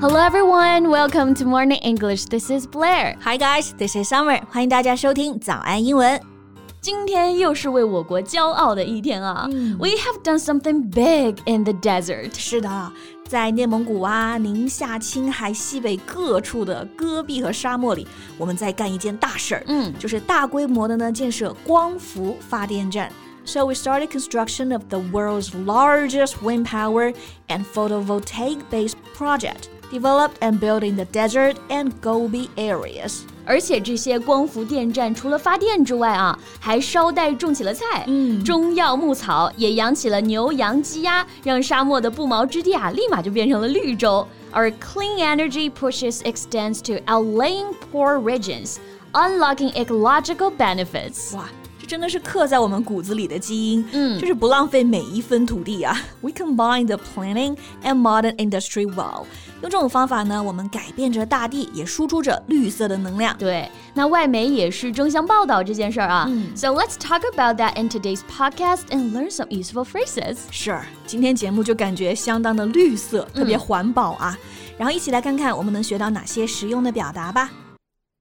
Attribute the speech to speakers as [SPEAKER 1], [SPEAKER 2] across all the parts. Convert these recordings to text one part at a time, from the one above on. [SPEAKER 1] Hello everyone, welcome to Morning English. This is Blair.
[SPEAKER 2] Hi guys, this is Summer. 欢迎大家收听早安英文。
[SPEAKER 1] 今天又是为我国骄傲的一天啊、w e have done something big in the desert.
[SPEAKER 2] 是的，在内蒙古啊、宁夏、青海西北各处的戈壁和沙漠里，我们在干一件大事儿，
[SPEAKER 1] 嗯
[SPEAKER 2] 就是大规模的呢建设光伏发电站。So we started construction of the world's largest wind power and photovoltaic based project developed and built in the desert and Gobi areas.
[SPEAKER 1] 而且这些光伏电站除了发电之外啊，还捎带种起了菜，
[SPEAKER 2] 嗯
[SPEAKER 1] 中药牧草也养起了牛羊鸡鸭，让沙漠的不毛之地啊，立马就变成了绿洲。而 clean energy pushes extends to outlying poor regions, unlocking ecological benefits.
[SPEAKER 2] 哇，这真的是刻在我们骨子里的基因，
[SPEAKER 1] 嗯
[SPEAKER 2] 就是不浪费每一分土地啊。We combine the planning and modern industry well，用这种方法呢，我们改变着大地，也输出着绿色的能量。
[SPEAKER 1] 对，那外媒也是争相报道这件事儿啊。
[SPEAKER 2] 嗯
[SPEAKER 1] So let's talk about that in today's podcast and learn some useful phrases.
[SPEAKER 2] 是，今天节目就感觉相当的绿色，特别
[SPEAKER 1] 嗯
[SPEAKER 2] 环保啊。然后一起来看看我们能学到哪些实用的表达吧。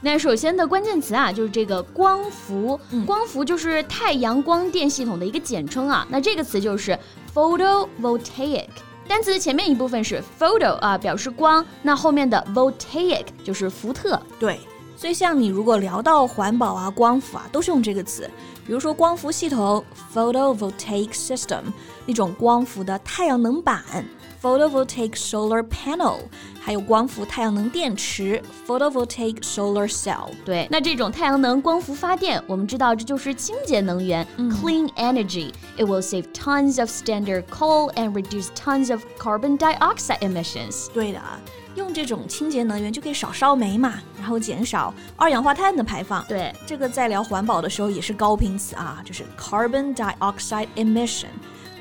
[SPEAKER 1] 那首先的关键词啊，就是这个光伏。
[SPEAKER 2] 嗯
[SPEAKER 1] 光伏就是太阳光电系统的一个简称啊。那这个词就是 photovoltaic。单词前面一部分是 photo 啊，表示光，那后面的 voltaic 就是福特。
[SPEAKER 2] 对，所以像你如果聊到环保啊、光伏啊，都是用这个词。比如说光伏系统 （photovoltaic system），那种光伏的太阳能板 （photovoltaic solar panel），还有光伏太阳能电池 （photovoltaic solar cell）。
[SPEAKER 1] 对，那这种太阳能光伏发电，我们知道这就是清洁能源、c l e a n energy。It will save tons of standard coal and reduce tons of carbon dioxide emissions。
[SPEAKER 2] 对的啊，用这种清洁能源就可以少烧煤嘛，然后减少二氧化碳的排放。
[SPEAKER 1] 对，
[SPEAKER 2] 这个在聊环保的时候也是高频词啊，就是 carbon dioxide emission。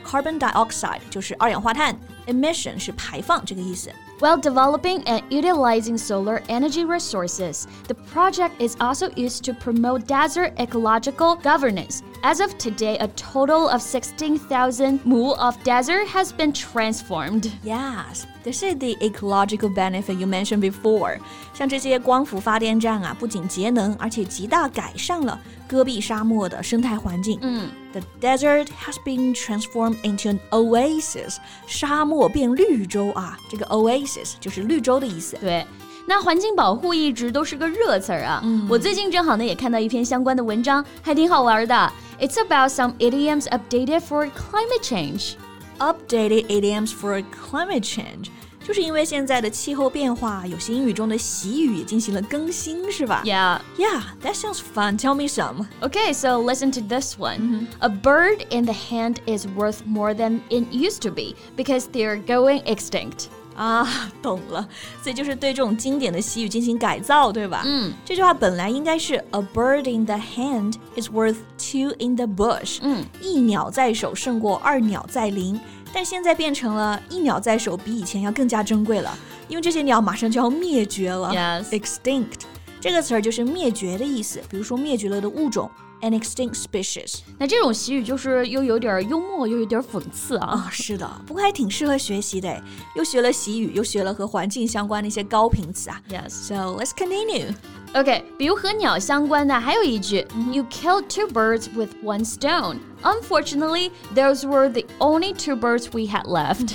[SPEAKER 2] carbon dioxide 就是二氧化碳，emission 是排放这个意思。
[SPEAKER 1] While developing and utilizing solar energy resources, the project is also used to promote desert ecological governance. As of today, a total of 16,000 mu of desert has been transformed.
[SPEAKER 2] Yes, this is the ecological benefit you mentioned before. 像这些光伏发电站啊，不仅节能，而且极大改善了戈壁沙漠的生态环境。
[SPEAKER 1] 嗯
[SPEAKER 2] The desert has been transformed into an oasis. 沙漠变绿洲啊，这个 oasis 就是绿洲的意思。
[SPEAKER 1] 对。那环境保护一直都是个热词儿啊。我最近正好呢也看到一篇相关的文章，还挺好玩的。It's about some idioms updated for climate change.
[SPEAKER 2] Updated idioms for climate change，就是因为现在的气候变化，有些英语中的习语也进行了更新，是吧
[SPEAKER 1] Yeah.
[SPEAKER 2] Yeah, that sounds fun. Tell me some.
[SPEAKER 1] Okay, so listen to this one. A bird in the hand is worth more than it used to be because they're going extinct.
[SPEAKER 2] 啊， 懂了，所以就是对这种经典的习语进行改造，对吧？嗯，这句话本来应该是 "A bird in the hand is worth two in the bush"，
[SPEAKER 1] 嗯，
[SPEAKER 2] 一鸟在手胜过二鸟在林，但现在变成了一鸟在手比以前要更加珍贵了，因为这些鸟马上就要灭绝了
[SPEAKER 1] Yes
[SPEAKER 2] extinct 这个词儿就是灭绝的意思，比如说灭绝了的物种，an extinct species。
[SPEAKER 1] 那这种习语就是又有点儿幽默，又有点儿讽刺啊。
[SPEAKER 2] 啊，是的，不过还挺适合学习的诶，又学了习语，又学了和环境相关的一些高频词啊。
[SPEAKER 1] Yes.
[SPEAKER 2] So let's continue.
[SPEAKER 1] Okay，比如和鸟相关的还有一句、y o u killed two birds with one stone. Unfortunately, those were the only two birds we had left.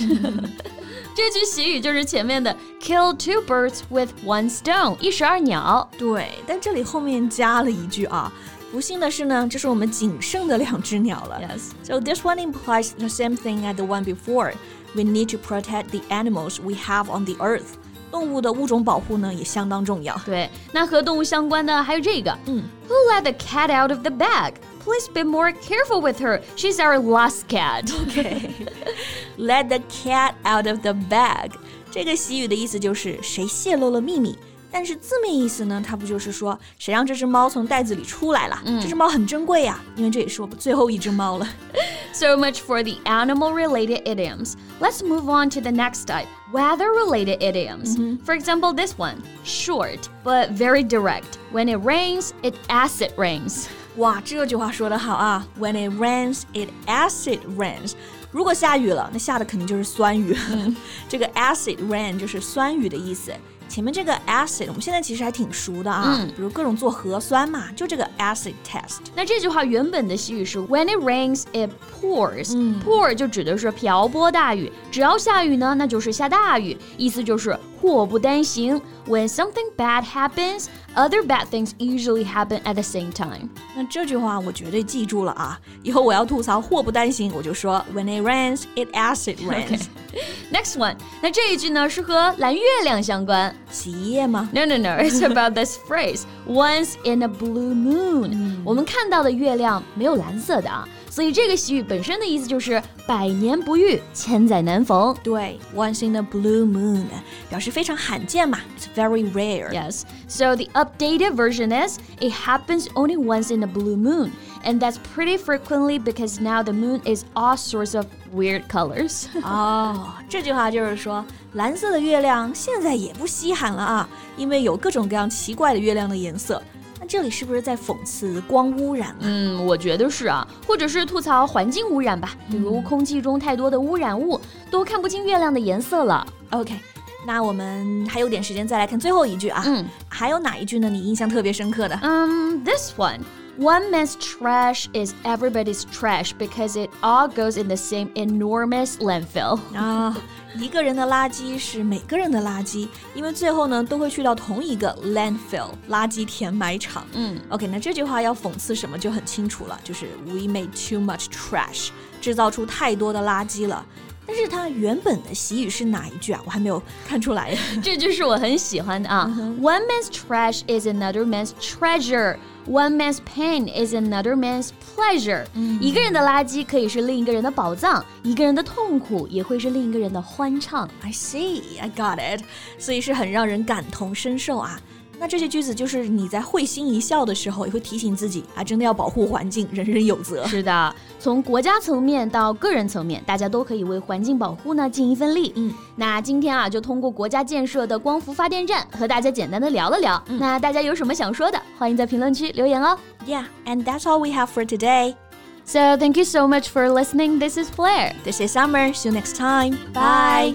[SPEAKER 1] 这句习语就是前面的 “kill two birds with one stone”，一石二鸟。
[SPEAKER 2] 对，但这里后面加了一句啊。不幸的是呢，这是我们仅剩的两只鸟了。
[SPEAKER 1] Yes.
[SPEAKER 2] So this one implies the same thing as the one before. We need to protect the animals we have on the earth. 动物的物种保护呢也相当重要。
[SPEAKER 1] 对，那和动物相关的还有这个，
[SPEAKER 2] 嗯
[SPEAKER 1] ，Who let the cat out of the bag? Please be more careful with her. She's our lost cat.
[SPEAKER 2] OK, let the cat out of the bag. 这个习语的意思就是谁泄露了秘密，但是字面意思呢，它不就是说谁让这只猫从袋子里出来了？这只猫很珍贵呀、因为这也是我们最后一只猫了。
[SPEAKER 1] So much for the animal related idioms. Let's move on to the next type weather related idioms. For example, this one short but very direct. When it rains, it acid rains.
[SPEAKER 2] 哇，这句话说得好啊！When it rains, it acid rains。如果下雨了，那下的肯定就是酸雨。 这个 acid rain 就是酸雨的意思。前面这个 acid 我们现在其实还挺熟的啊，比如各种做核酸嘛，就这个 acid test。
[SPEAKER 1] 那这句话原本的西语是 When it rains, it pours、Pour 就指的是瓢泼大雨，只要下雨呢，那就是下大雨，意思就是祸不单行。When something bad happens, other bad things usually happen at the same time。
[SPEAKER 2] 那这句话我绝对记住了啊，以后我要吐槽祸不单行，我就说 When it rains, it acid rains。
[SPEAKER 1] Next one，那这一句呢是和蓝月亮相关。
[SPEAKER 2] 洗液吗？
[SPEAKER 1] No, no, no. It's about this phrase. Once in a blue moon，、我们看到的月亮没有蓝色的啊，所以这个习语本身的意思就是百年不遇，千载难逢。
[SPEAKER 2] 对，Once in a blue moon 表示非常罕见嘛，It's very rare。
[SPEAKER 1] Yes. So the updated version is it happens only once in a blue moon, and that's pretty frequently because now the moon is all sorts of weird colors.
[SPEAKER 2] 哦，这句话就是说，蓝色的月亮现在也不稀罕了啊，因为有各种各样奇怪的月亮的颜色。那这里是不是在讽刺光污染啊？
[SPEAKER 1] 嗯，我觉得是啊，或者是吐槽环境污染吧，比如空气中太多的污染物，都看不清月亮的颜色了。
[SPEAKER 2] OK，那我们还有点时间再来看最后一句啊。
[SPEAKER 1] 嗯，
[SPEAKER 2] 还有哪一句呢？你印象特别深刻的？
[SPEAKER 1] Um, this one. One man's trash is everybody's trash because it all goes in the same enormous landfill.
[SPEAKER 2] 啊，一个人的垃圾是每个人的垃圾，因为最后呢都会去到同一个 landfill 垃圾填埋场。
[SPEAKER 1] 嗯
[SPEAKER 2] ，OK，那这句话要讽刺什么就很清楚了，就是 we made too much trash，制造出太多的垃圾了。但是它原本的习语是哪一句啊？我还没有看出来。
[SPEAKER 1] 这就是我很喜欢的啊。One man's trash is another man's treasure. One man's pain is another man's pleasure. 一个人的垃圾可以是另一个人的宝藏，一个人的痛苦也会是另一个人的欢畅。
[SPEAKER 2] I see, I got it，所以是很让人感同身受啊。那这些句子就是你在会心一笑的时候，也会提醒自己啊，真的要保护环境，人人有 责。
[SPEAKER 1] 是的，从国家层面到个人层面，大家都可以为环境保护呢尽一份力。
[SPEAKER 2] 嗯，
[SPEAKER 1] 那今天啊，就通过国家建设的光伏发电站和大家简单的聊了聊。那大家有什么想说的，欢迎在评论区留言哦。
[SPEAKER 2] Yeah, and that's all we have for today.
[SPEAKER 1] So thank you so much for listening. This is Flair.
[SPEAKER 2] This is Summer. See you next time.
[SPEAKER 1] Bye.
[SPEAKER 2] Bye.